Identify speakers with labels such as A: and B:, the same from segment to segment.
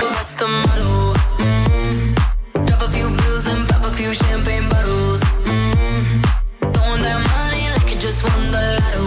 A: What's the motto? Mm. Drop a few bills and pop a few champagne bottles. Mm. Throwing that money like it just won the lotto.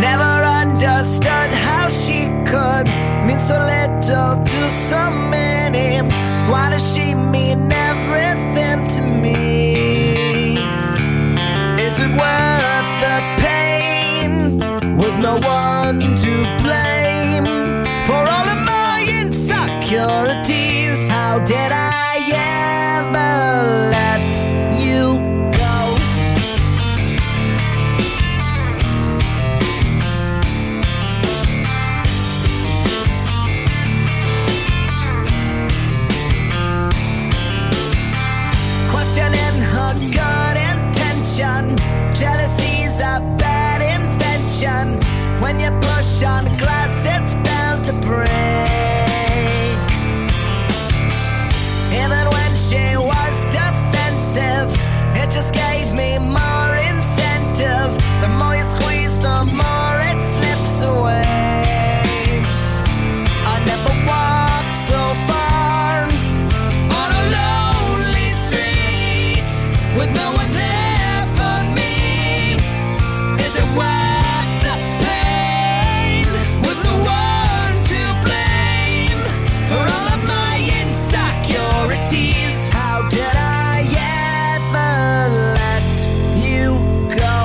B: Never understood how she could mean so little to so many. Why does she mean everything to me? Is it worth the pain with no one to blame for all of my insecurities? How did I ever let you go? questioning her good intention. Jealousy's a bad invention. When you push on glass, it's bound to break. Even when she was defensive, it just gave me more incentive. The more you squeeze, the more it slips away. I never walked so far on a lonely street with no one there for me. Is it worth the pain with no one to blame for all of my insecurities? How did I ever let you go?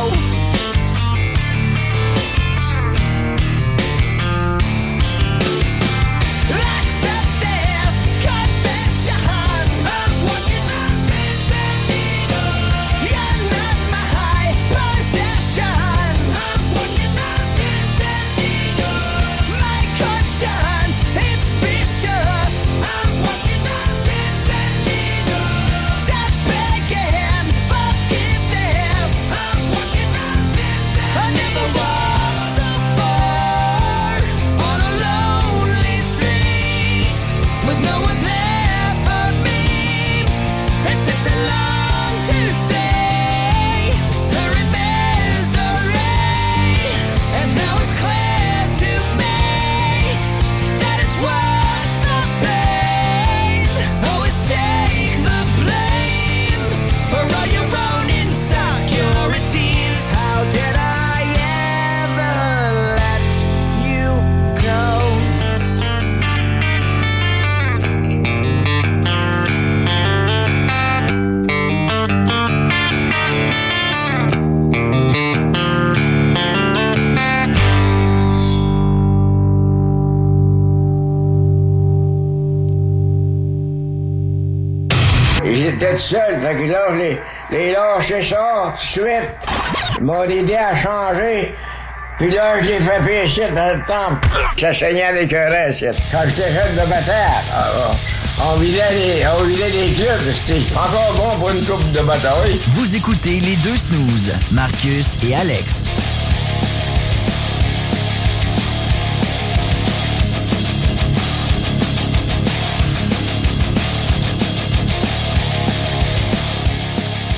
B: Accept this confession. I'm working on needle. You're not my possession. I'm working on needle. My conscience, it's vicious. I'm working on needle. Stop begging forgiveness. I'm working on I never walked so far on a lonely street with no one there for me. It takes so long to say her in misery, and now it's clear to me that it's worth the pain. Always take the blame for all your own insecurities. How did I ever let you go?
C: J'étais tout seul, fait que là, je les, les lâchais ça tout de suite. Ils m'ont aidé à changer. Puis là, je les fais pécher dans le temple. Ça saignait avec un reste. Quand j'étais jeune de bataille, ah. on vidait les, on vidait les clubs. C'était encore bon pour une coupe de bataille.
D: Vous écoutez les deux snooze, Marcus et Alex.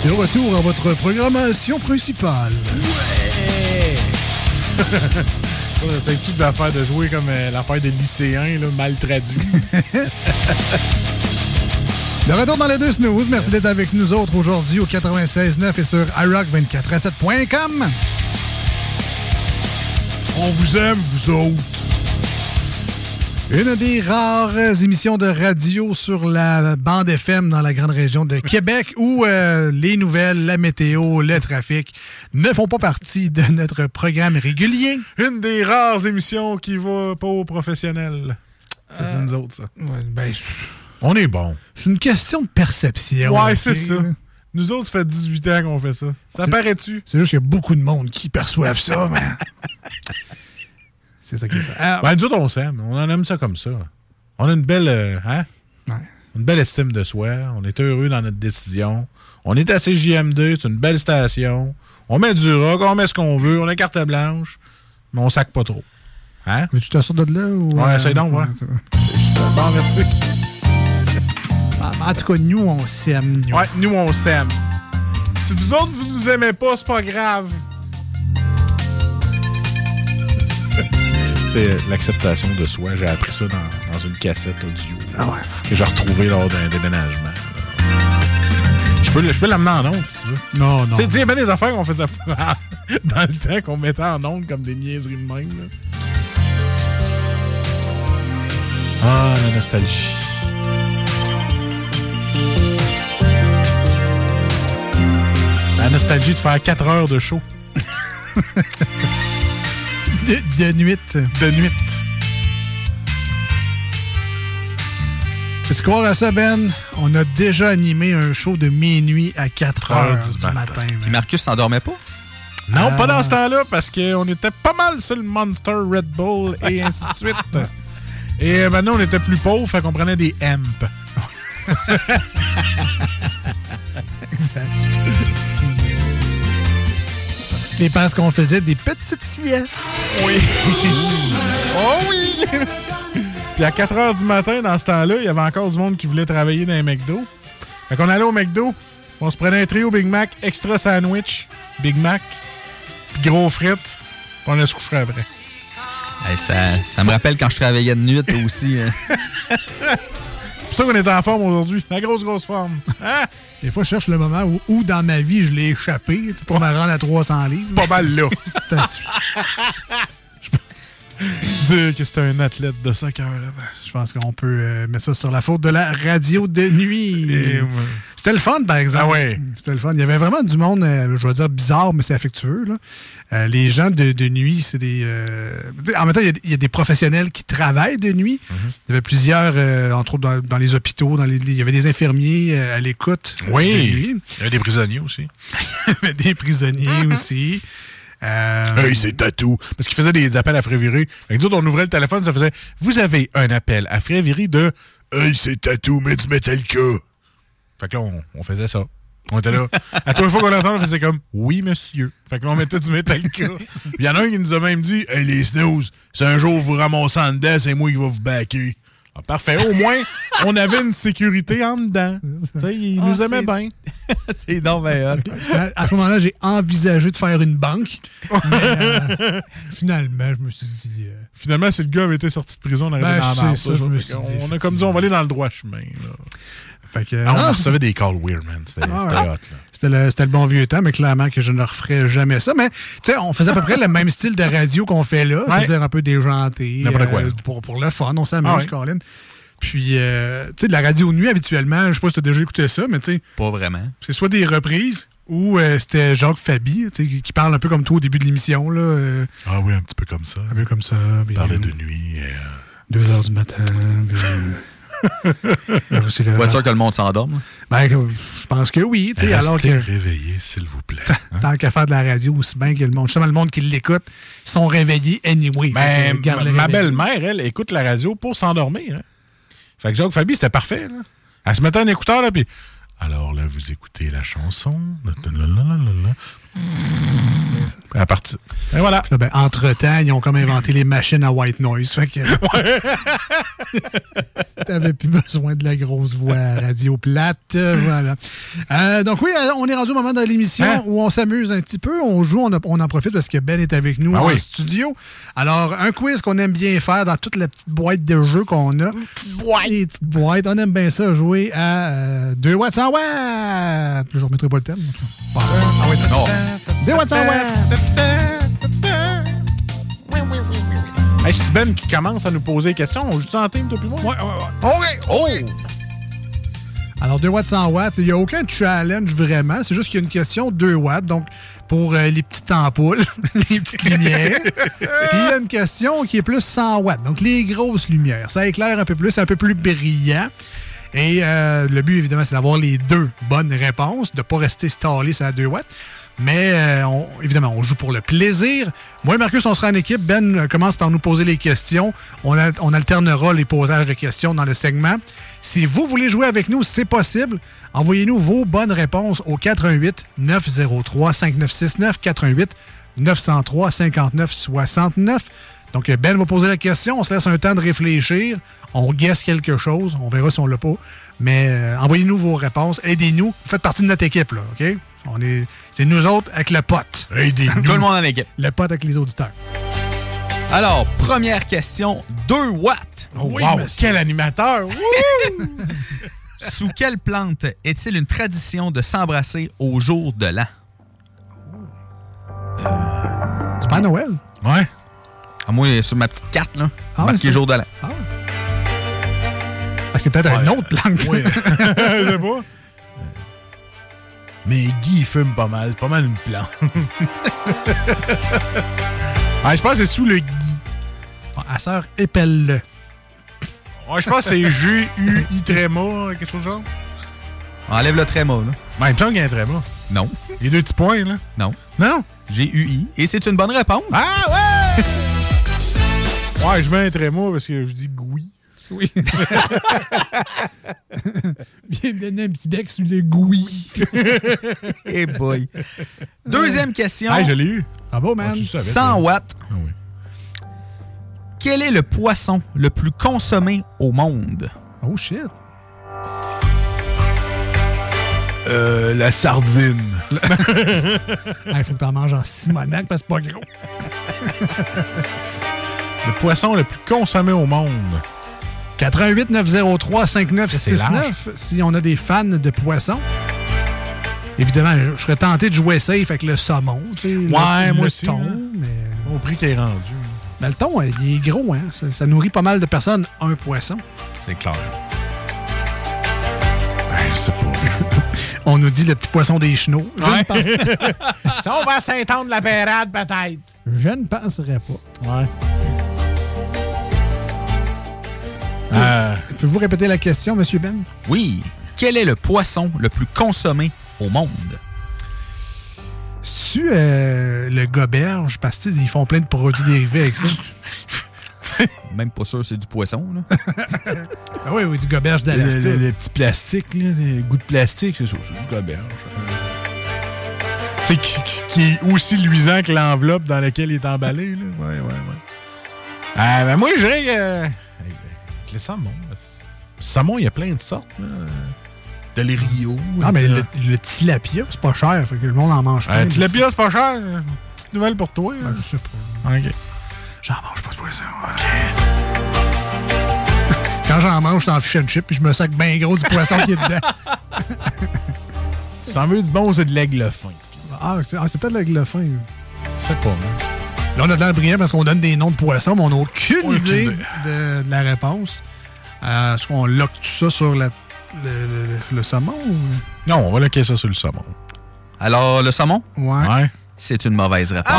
E: De retour à votre programmation principale.
F: C'est une petite affaire de jouer comme euh, l'affaire des lycéens, là, mal traduit.
E: De retour dans les deux snooze. Merci d'être avec nous autres aujourd'hui au 96.9 et sur iRock247.com.
F: On vous aime, vous autres.
E: Une des rares émissions de radio sur la bande FM dans la grande région de Québec où euh, les nouvelles, la météo, le trafic ne font pas partie de notre programme régulier.
F: Une des rares émissions qui va pas aux professionnels. Ça, C'est nous autres, ça.
E: Euh, ben, c'est-
F: On est bon.
E: c'est une question de perception.
F: Ouais,
E: ok?
F: c'est ça. Nous autres, ça fait 18 ans qu'on fait ça. Ça
E: C'est-
F: paraît-tu?
E: C'est juste qu'il y a beaucoup de monde qui perçoivent ça, mais c'est ça qui est ça. Ah,
F: Ben, nous autres, on s'aime. On en aime ça comme ça. On a une belle, euh, hein?
E: ouais.
F: une belle estime de soi. On est heureux dans notre décision. On est à CJM2. C'est une belle station. On met du rock. On met ce qu'on veut. On a carte blanche. Mais on sac pas trop. Hein?
E: Mais tu te sors de là ou.
F: Ouais,
E: euh,
F: essaye donc, ouais.
E: ça.
F: Bon, merci.
E: Ah, En tout cas, nous, on s'aime. nous.
F: Ouais, nous, on s'aime. Si vous autres, vous nous aimez pas, c'est pas grave. C'est euh, l'acceptation de soi. J'ai appris ça dans, dans une cassette audio
E: Ah ouais.
F: que j'ai retrouvée lors d'un déménagement. Je peux, le- je peux l'amener en ondes, si tu veux.
E: Non, non.
F: Tu sais, il y avait des affaires qu'on faisait pas dans le temps qu'on mettait en ondes comme des niaiseries de même. là. Ah, la nostalgie. La nostalgie de faire 4 heures de show
E: De, de nuit.
F: de nuit.
E: Peux-tu croire à ça, Ben? On a déjà animé un show de minuit à 4
F: Heure
E: heures
F: du
E: du
F: matin.
E: matin. Ben. Euh.
G: Puis Marcus s'endormait pas.
F: Non, pas dans ce temps-là, parce qu'on était pas mal sur le Monster Red Bull et ainsi de suite. Et euh, maintenant, on était plus pauvres, fait qu'on prenait des hemp.
E: Et parce qu'on faisait des petites siestes.
F: Oui. oh oui! Puis à 4 h du matin, dans ce temps-là, il y avait encore du monde qui voulait travailler dans les McDo. Fait qu'on allait au McDo, on se prenait un trio Big Mac, extra sandwich, Big Mac, puis gros frites, puis on allait se coucher après.
G: Hey, ça, ça me rappelle quand je travaillais de nuit aussi. hein.
F: C'est pour ça qu'on est en forme aujourd'hui. La grosse, grosse forme. Hein?
E: Des fois, je cherche le moment où, où dans ma vie, je l'ai échappé tu sais, pour me rendre à 300 livres.
F: Pas mal là.
E: C'était-
F: Dire que c'était un athlète de soccer avant.
E: Je pense qu'on peut euh, mettre ça sur la faute de la radio de nuit.
F: Et, ouais.
E: C'était le fun, par exemple.
F: Ah ouais.
E: C'était le fun. Il y avait vraiment du monde, euh, je vais dire bizarre, mais c'est affectueux. là. Euh, les gens de, de nuit, c'est des. euh, tu sais, en même temps, il y a- il y, a des professionnels qui travaillent de nuit.
F: Mhm.
E: Il y avait plusieurs, euh, entre autres, dans, dans les hôpitaux, dans les, il y avait des infirmiers euh, à l'écoute. de nuit.
F: Oui. Il y a des prisonniers aussi.
E: Il y avait des prisonniers aussi. Euh,
F: Hey, c'est tatou. Parce qu'il faisait des appels à Fréviré. Fait que nous autres, on ouvrait le téléphone, ça faisait Vous avez un appel à Fréviré de Hey, c'est tatou, mais du Metallica. Fait que là, on, on faisait ça. On était là. À trois fois qu'on l'entendait, on faisait comme Oui, monsieur. Fait que là, on mettait du Metallica. Puis il y en a un qui nous a même dit Hey, les snooze, si un jour vous ramassez en dedans, c'est moi qui vais vous backer. Ah, parfait. Au moins, on avait une sécurité en dedans. Tu sais, Ils nous
G: Ah,
F: aimaient
G: c'est-
F: bien.
G: c'est donc ben hot.
E: à, à ce moment-là, j'ai envisagé de faire une banque. mais, euh, finalement, je me suis dit. euh,
F: Finalement, si le gars avait été sorti de prison, on aurait
E: Ben,
F: été dans la
E: c'est
F: merde,
E: ça,
F: là.
E: je me
F: Fait
E: suis
F: qu'on-
E: dit,
F: On a comme dit, on va aller dans le droit chemin. là.
E: fait que,
F: Ah, on
E: non,
F: en recevait des calls weird, man. C'était
E: Ah,
F: c'était
E: ouais.
F: hot, là.
E: C'était le, c'était le bon vieux temps, mais clairement que je ne referais jamais ça. Mais, tu sais, on faisait à peu près le même style de radio qu'on fait là, c'est-à-dire un peu déjanté. euh,
F: N'importe quoi, là.
E: pour, pour le fun, on s'amuse,
F: Ah ouais.
E: Colin. Puis, euh, tu sais, de la radio de nuit, habituellement, je sais pas si tu as déjà écouté ça, mais tu sais,
G: Pas vraiment.
E: c'est soit des reprises ou euh, c'était Jacques Fabi, tu sais, qui, qui parle un peu comme toi au début de l'émission, là. euh,
F: Ah oui, un petit peu comme ça.
E: un peu comme ça. puis,
F: Parler
E: euh,
F: de nuit. et, euh,
E: Deux heures du matin. puis, euh, c'est le-
G: Pas sûr que le monde s'endorme.
E: Ben, je pense que oui, tu sais, alors
F: restez
E: que.
F: réveillés, s'il vous plaît. Hein?
E: Tant qu'à faire de la radio aussi bien que le monde. Justement, le monde qui l'écoute ils sont réveillés anyway. Fait
F: Ben,
E: que, garde
F: ma
E: le
F: ma
E: réveil.
F: belle-mère, elle, écoute la radio pour s'endormir. hein. Fait que Jacques Fabi, c'était parfait. Là. Elle se mettait un écouteur, là, puis... Alors là, vous écoutez la chanson. Lalalala. À partir. Et voilà.
E: Là, ben, entre-temps, ils ont comme inventé les machines à white noise. Fait que. T'avais plus besoin de la grosse voix à radio plate. euh, Voilà. Euh, donc, oui, euh, on est rendu au moment de l'émission
F: Hein?
E: où on s'amuse un petit peu. On joue, on, a- on en profite parce que Ben est avec nous
F: Ah
E: en
F: oui.
E: studio. Alors, un quiz qu'on aime bien faire dans toute la petite boîte de jeux qu'on a. Les petites boîtes. On aime bien ça jouer à euh, 2 watts 100 watts. Je ne remettrai pas le thème. Bon.
F: Ah oui,
G: Non.
E: 2 watts 100 watts.
F: Hey, Hey, c'est Ben qui commence à nous poser des questions. On joue ça en team, toi plus moi?
E: Ouais, ouais, ouais. OK! Alors, 2 watts, 100 watts, il n'y a aucun challenge vraiment. C'est juste qu'il y a une question 2 watts, donc pour euh, les petites ampoules, les petites lumières. Puis il y a une question qui est plus 100 watts, donc les grosses lumières. Ça éclaire un peu plus, un peu plus brillant. Et euh, le but, évidemment, c'est d'avoir les deux bonnes réponses, de ne pas rester stallé sur la 2 watts. Mais euh, on- évidemment, on joue pour le plaisir. Moi et Marcus, on sera en équipe. Ben euh, commence par nous poser les questions. On, al- on alternera les posages de questions dans le segment. Si vous voulez jouer avec nous, c'est possible. Envoyez-nous vos bonnes réponses au 88 903 5969 88 903 59 69. Donc, euh, Ben va poser la question. On se laisse un temps de réfléchir. On guesse quelque chose. On verra si on l'a pas. Mais euh, envoyez-nous vos réponses. Aidez-nous. Vous faites partie de notre équipe, là, OK? On est, c'est nous autres avec le pote.
F: Aidez-nous.
G: Tout le monde en équipe.
E: Le pote avec les auditeurs.
G: Alors, première question. 2 watts.
F: Oh, wow, quel animateur! Wouh!
G: Sous quelle plante est-il une tradition de s'embrasser au jour de l'an?
E: C'est pas Noël?
F: ouais.
G: Ah, moi, sur ma petite carte, là,
E: Ah,
G: marqué
E: c'est-
G: jour de l'an.
E: Ah. Ah, c'est peut-être un
F: Ouais,
E: autre langue.
F: Ouais. Je sais pas. Euh, Mais Guy, il fume pas mal. Pas mal une plante. Ah, je pense que c'est sous le Guy.
E: Bon, à sœur, épelle-le.
F: Ouais, je pense que c'est G-U-I tréma, hein, quelque chose du genre.
G: Enlève le tréma, là.
F: Mais il me semble qu'il y a un tréma.
G: Non,
F: Les deux petits points, là.
G: non.
F: Non?
G: G-U-I. Et c'est une bonne réponse.
F: Ah, ouais! ouais, je mets un tréma parce que je dis goui.
E: Oui. Viens me donner un petit bec sur le goui.
G: Eh boy. Deuxième question.
F: Ah, je l'ai eu.
E: Bravo, man.
F: Ouais, tu savais,
G: 100
F: toi.
G: watts.
F: Ah oui.
G: Quel est le poisson le plus consommé au monde?
E: oh, shit.
F: Euh, la sardine.
E: Ah, Il faut que t'en manges en simonac parce que c'est pas gros.
F: Le poisson le plus consommé au monde.
E: 88 903
F: C'est large.
E: 5969 si on a des fans de poissons. Évidemment, je, je serais tenté de jouer safe avec le saumon. tu sais, le-
F: Ouais,
E: le
F: moi aussi,
E: thon,
F: là.
E: mais,
F: Au prix qu'il est rendu.
E: mais le thon, euh, il est gros, hein. Ça, ça nourrit pas mal de personnes, un poisson.
F: C'est clair. Ouais, je sais pas.
E: On nous dit le petit poisson des chenaux. Je, ne, pense-
F: si on va à Saint-Anne-de-la-Pérade, peut-être.
E: je ne penserais pas.
F: Ouais. Euh,
E: Pouvez-vous répéter la question, Monsieur Ben?
G: Oui. Quel est le poisson le plus consommé au monde?
E: Tu euh, le goberge, parce que tu sais, ils font plein de produits dérivés avec ça.
G: Même pas sûr c'est du poisson, là.
E: Ah oui, oui, du goberge
F: le,
E: d'Alaska.
F: le- le petit plastique, là, les goûts de plastique, c'est ça, c'est du goberge. C'est qui, qui- qui est aussi luisant que l'enveloppe dans laquelle il est emballé. Là. Ouais, ouais, ouais. Euh, ben moi, j'irais euh, avec le saumon. là. Le saumon, il y a plein de sortes. là. euh, De les Rio.
E: Ah, mais le, le tilapia, c'est pas cher, fait que le monde en mange plein.
F: Euh, tilapia, c'est pas cher. Petite nouvelle pour toi. là.
E: Ah, Je sais pas.
F: OK.
E: J'en mange pas de poisson. Quand j'en mange, je suis en fish and chip puis je me sac bien gros du poisson qui est dedans.
F: Si t'en veux du bon, c'est de l'aigle fin.
E: Ah, c'est ah, c'est peut-être la glofin.
F: C'est pas. hein.
E: Là, on a de l'air brillant parce qu'on donne des noms de poissons, mais on n'a aucune
F: Aucune
E: idée
F: idée.
E: de, de la réponse. Euh, Est-ce qu'on lock tout ça sur la- le, le- le- le saumon? ou-
F: Non, on va loquer ça sur le saumon.
G: Alors, le saumon,
E: Ouais.
F: Ouais.
G: c'est une mauvaise réponse.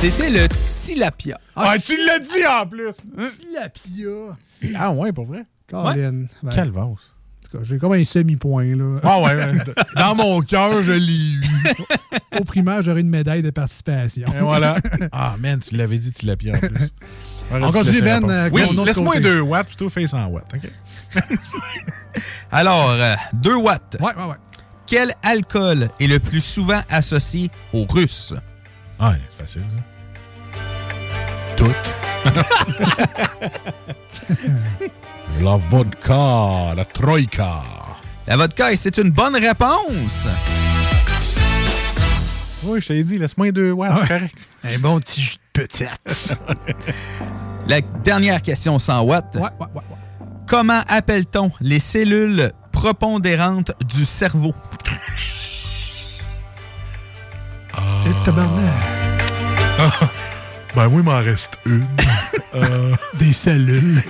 G: C'était le tilapia.
F: Ah, tu l'as dit en plus!
E: Tilapia.
F: Ah ouais, pour vrai?
E: Colin. Ben,
F: Calvance.
E: en tout cas, J'ai comme un semi-point. là.
F: Ah ouais, ouais. dans mon cœur, je l'ai eu.
E: Au primaire, j'aurais une médaille de participation.
F: Et voilà. Ah man, tu l'avais dit, tu l'as pire en plus.
E: On continue, Ben, euh, avec
F: oui,
E: ton autre
F: laisse-moi
E: côté.
F: 2 watts plutôt face en watts. OK.
G: Alors, 2 watts.
E: Ouais, ouais, ouais.
G: Quel alcool est le plus souvent associé aux Russes?
F: Ah, c'est facile, ça. Tout. la vodka, la troïka.
G: La vodka, et c'est une bonne réponse.
F: Oui, je t'avais dit, laisse-moi 2 watts, correct.
E: Un bon petit jus de peut-être.
G: La dernière question 100 watts.
E: ouais, ouais, ouais, ouais.
G: Comment appelle-t-on les cellules prépondérantes du cerveau?
E: Ah. Et tabarnak.
F: Ben oui, il m'en reste une. Euh,
E: Des cellules.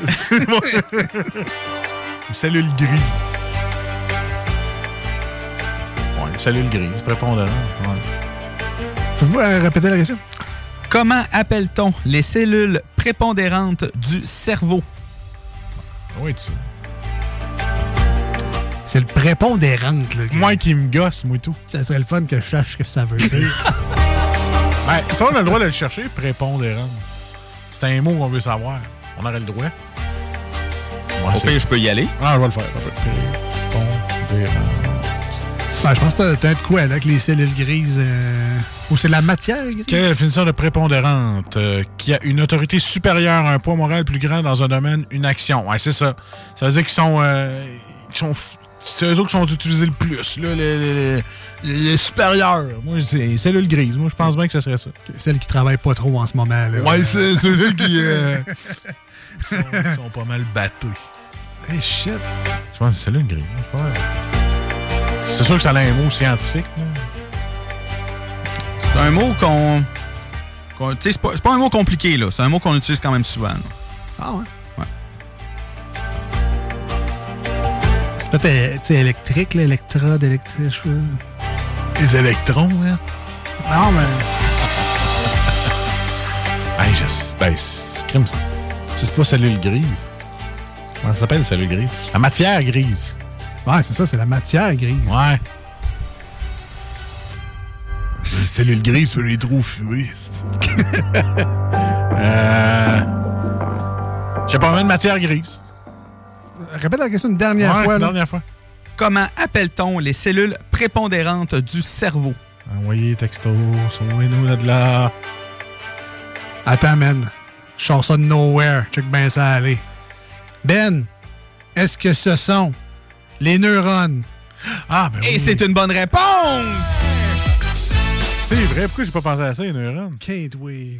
F: cellule grise. Ouais, cellule grise, prépondérant. Ouais.
E: Pouvez-vous euh, répéter la question?
G: Comment appelle-t-on les cellules prépondérantes du cerveau?
F: Ah Oui, tu
E: C'est le prépondérante. Là, que-
F: Moi qui me gosse, moi et tout.
E: Ça serait le fun que je sache ce que ça veut dire.
F: Ben, ça, on a le droit de le chercher, prépondérant. C'est un mot qu'on veut savoir. On aurait le droit. Ouais, c'est-
G: je peux y aller.
F: Ah, je vais le faire. attends. Prépondérant.
E: Ben, je pense que t'as- t'as de quoi là, avec les cellules grises. euh, Ou c'est de la matière grise?
F: Quelle est la définition de prépondérante? Euh, qui a une autorité supérieure, un poids moral plus grand dans un domaine, une action. Ouais, c'est ça. Ça veut dire qu'ils sont. euh, qu'ils sont f- c'est eux autres qui sont utilisés le plus, là, le, le- le- le supérieur. Moi, je dis cellule grise. Moi, je pense bien que ce serait ça.
E: Celle qui travaille pas trop en ce moment. Là,
F: Ouais, c'est ceux-là qui, euh, qui sont, qui sont pas mal battus.
E: Hey, shit.
F: Je pense que c'est cellule grise. je pense. C'est sûr que ça a un mot scientifique. là.
G: C'est un mot qu'on. qu'on- tu sais, c'est pas, c'est pas un mot compliqué, là. C'est un mot qu'on utilise quand même souvent. là.
E: Ah ouais?
G: Ouais.
E: C'est peut-être euh, tu sais, électrique, là, électrode, électrique. je sais pas.
F: Les électrons, là.
E: Non, mais.
F: Hey, je... Ben, c'est crime. c'est- C'est pas cellule grise. Comment ça s'appelle, cellule grise? La matière grise.
E: Ouais, c'est ça, c'est la matière grise.
F: Ouais. Les cellules grises, c'est les trous fumés. c'est- euh... J'ai pas mal de matière grise.
E: Répète la question une dernière
F: Ouais,
E: fois. là.
F: dernière fois.
G: Comment appelle-t-on les cellules prépondérantes du cerveau?
F: Envoyez texto, sauvez-nous de là.
E: Attends, man. Je sors ça de nowhere. Check bien ça aller. Ben, est-ce que ce sont les neurones?
F: Ah, mais
G: Et c'est une bonne réponse!
F: C'est vrai, pourquoi j'ai pas pensé à ça, les neurones?
E: Can't we?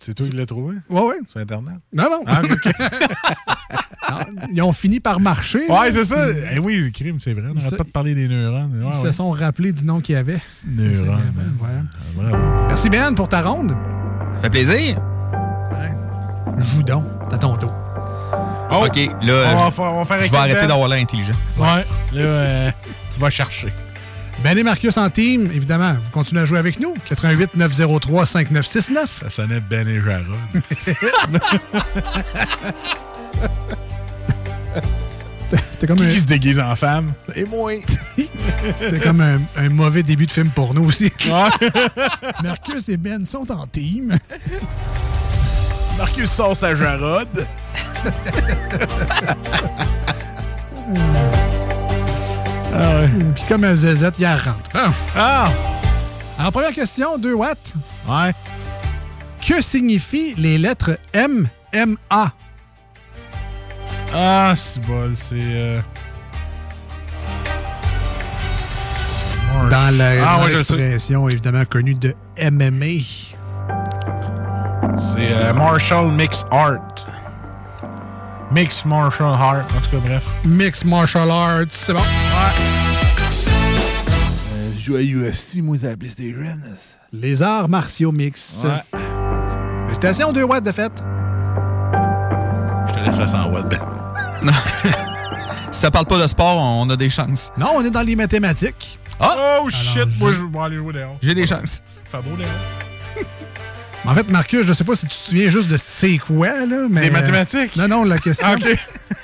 F: C'est toi qui l'as trouvé
E: Ouais, ouais.
F: sur Internet?
E: Non, non.
F: Ah, ok.
E: Ils ont fini par marcher. là.
F: Ouais, c'est ça. Eh oui, le crime, c'est vrai. On
E: se-
F: n'arrête pas de parler des neurones. Ouais,
E: Ils se
F: ouais.
E: sont rappelés du nom qu'il y avait.
F: Neurones. man.
E: Voilà.
F: Ah, bravo.
E: Merci, Ben, pour ta ronde.
G: Ça fait plaisir?
E: Joue donc. T'as ton tour.
G: OK,
F: Oh.
G: là,
F: On, va
G: je-
F: faire, on va faire
G: je,
F: avec
G: vais
F: le
G: arrêter
F: Ben.
G: d'avoir l'air intelligent.
F: Ouais, là, euh, tu vas chercher.
E: Ben et Marcus en team, évidemment. Vous continuez à jouer avec nous. 88 903 5969.
F: Ça sonnait Ben et Jaron.
E: C'était comme,
F: Qui
E: un,
F: se déguise en femme? Et moi.
E: c'était comme un, un mauvais début de film pour nous aussi.
F: Ouais.
E: Marcus et Ben sont en team.
F: Marcus sort sa jarode. ah ouais.
E: Puis comme un zézette, il rentre. Bon.
F: Ah!
E: Alors, première question, 2 watts.
F: Ouais.
E: Que signifient les lettres M, M, A?
F: Ah, c'est bol, c'est... Euh... c'est
E: Dans la-
F: Ah,
E: dans
F: ouais, je le sais.
E: l'expression, évidemment, connue de MMA.
F: C'est euh, Marshall Mix Art. Mix Marshall Art, en tout cas, bref.
E: Mixed Martial Arts, c'est bon.
F: Euh, Je joue à UFC, moi, ça appelé des jeunes.
E: Les arts martiaux mix.
F: Ouais.
E: Félicitations, 2 watts de fête.
F: Je te laisse la 100 watts, Ben.
G: Si ça parle pas de sport, on a des chances. Ah!
E: Non, on est dans les mathématiques.
F: Oh, shit!
E: je-
F: Moi, je vais aller jouer dehors.
G: J'ai des chances.
F: Fait beau dehors.
E: En fait, Marcus, je sais pas si tu te souviens juste de c'est quoi, là, mais...
F: Des mathématiques?
E: Non, non, la question...
F: Ah, OK.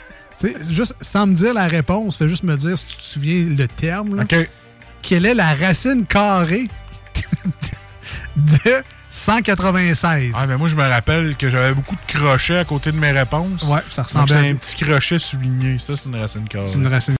E: Tu sais, juste sans me dire la réponse, fais juste me dire si tu te souviens le terme. là.
F: OK.
E: Quelle est la racine carrée de 196?
F: Ah, mais moi, je me rappelle que j'avais beaucoup de crochets à côté de mes réponses.
E: ouais, ça
F: Donc,
E: ressemble
F: c'est
E: à
F: un petit crochet souligné. Ça, c'est une racine carrée.
E: c'est une racine